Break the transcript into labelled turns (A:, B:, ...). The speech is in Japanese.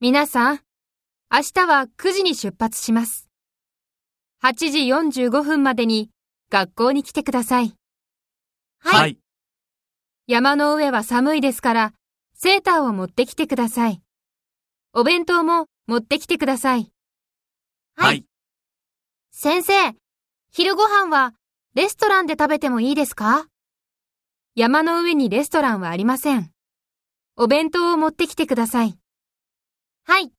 A: 皆さん、明日は9時に出発します。8時45分までに学校に来てください。
B: はい。
A: 山の上は寒いですから、セーターを持ってきてください。お弁当も持ってきてください。
B: はい。
A: 先生、昼ご飯はレストランで食べてもいいですか山の上にレストランはありません。お弁当を持ってきてください。はい。